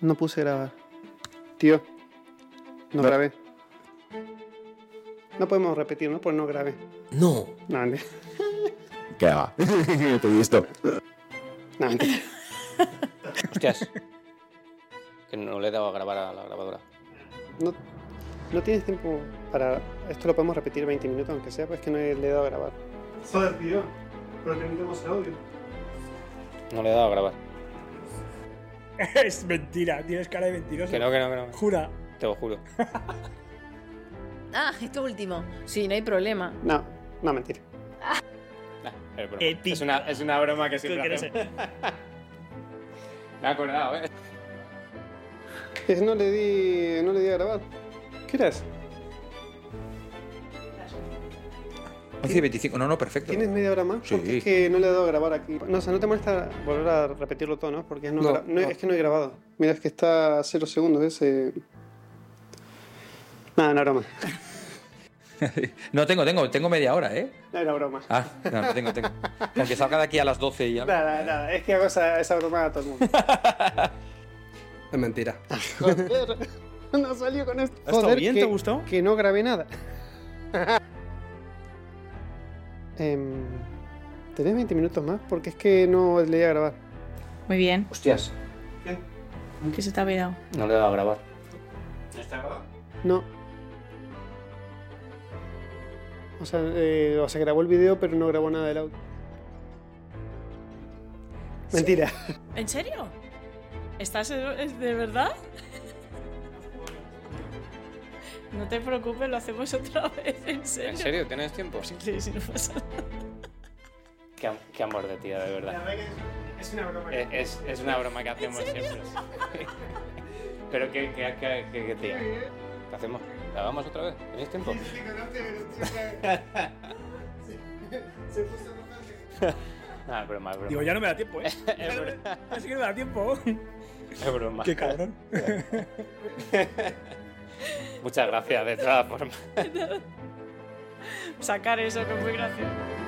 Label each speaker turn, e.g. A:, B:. A: No puse grabar. Tío, no
B: Va-
A: grabé. No podemos repetir, ¿no? Pues no grabé.
B: No.
A: No, mentira.
B: ¿Qué va? Estoy listo.
A: No, mentira.
C: Hostias. que no le he dado a grabar a la grabadora.
A: No, no tienes tiempo para... Esto lo podemos repetir 20 minutos, aunque sea, pues es que no he- le he dado a grabar. Joder, tío. Pero tenemos el audio.
C: No le he dado a grabar.
D: Es mentira, tienes cara de mentiroso.
C: Que no, que no, que no.
D: Jura.
C: Te lo juro.
E: Ah, esto último. Sí, no hay problema.
A: No, no, mentira.
C: Nah, es, broma.
D: Épico.
C: Es una, es una broma que
D: Tú
C: siempre
D: quieres
C: hacemos. Me he acordado, ¿eh?
A: Es- no le di... no le di a grabar. ¿Qué era eso?
F: 11 y 25. No, no, perfecto.
A: ¿Tienes media hora más?
F: Sí.
A: Porque es que no le he dado a grabar aquí. No, o sea, no te molesta volver a repetirlo todo, ¿no? Porque es, no
F: No,
A: gra- no-
F: no.
A: es que no he grabado. Mira, es que está a cero segundos ese. Nada, no era broma.
F: No tengo, tengo, tengo media hora, ¿eh?
A: No era broma.
F: Ah, no, no tengo, tengo. Con que salga de aquí a las 12 y ya.
A: Nada, nada, es que hago esa, esa broma a todo el mundo.
F: Es mentira.
A: Joder, no salió con esto.
D: estado
A: Joder,
D: bien?
A: que,
D: ¿Te gustó?
A: Que no grabé nada. Em, ¿Tenés 20 minutos más? Porque es que no le di a grabar.
G: Muy bien.
C: Hostias.
G: ¿Qué se te ha olvidado?
C: No le he dado a grabar.
A: No. O sea, eh, o sea, grabó el video, pero no grabó nada del audio. Mentira.
G: ¿En serio? ¿Estás de es de verdad? No te preocupes, lo hacemos otra vez, en serio.
C: ¿En serio? ¿Tienes tiempo?
G: Sí, sí, no pasa nada.
C: Qué, am- qué amor de tía, de verdad.
A: Es una broma.
C: Eh, Es, es una broma que hacemos siempre. Pero que, que, que, que, que tía.
A: eh,
C: ¿Qué hacemos? ¿La vamos otra vez? ¿Tenéis tiempo? Ah, es broma, es broma.
D: Digo, ya no me da tiempo, ¿eh?
C: es broma.
D: Así que no me da tiempo.
C: Es broma.
D: Qué cabrón.
C: Muchas gracias, de todas formas.
G: Sacar eso, que es muy gracioso.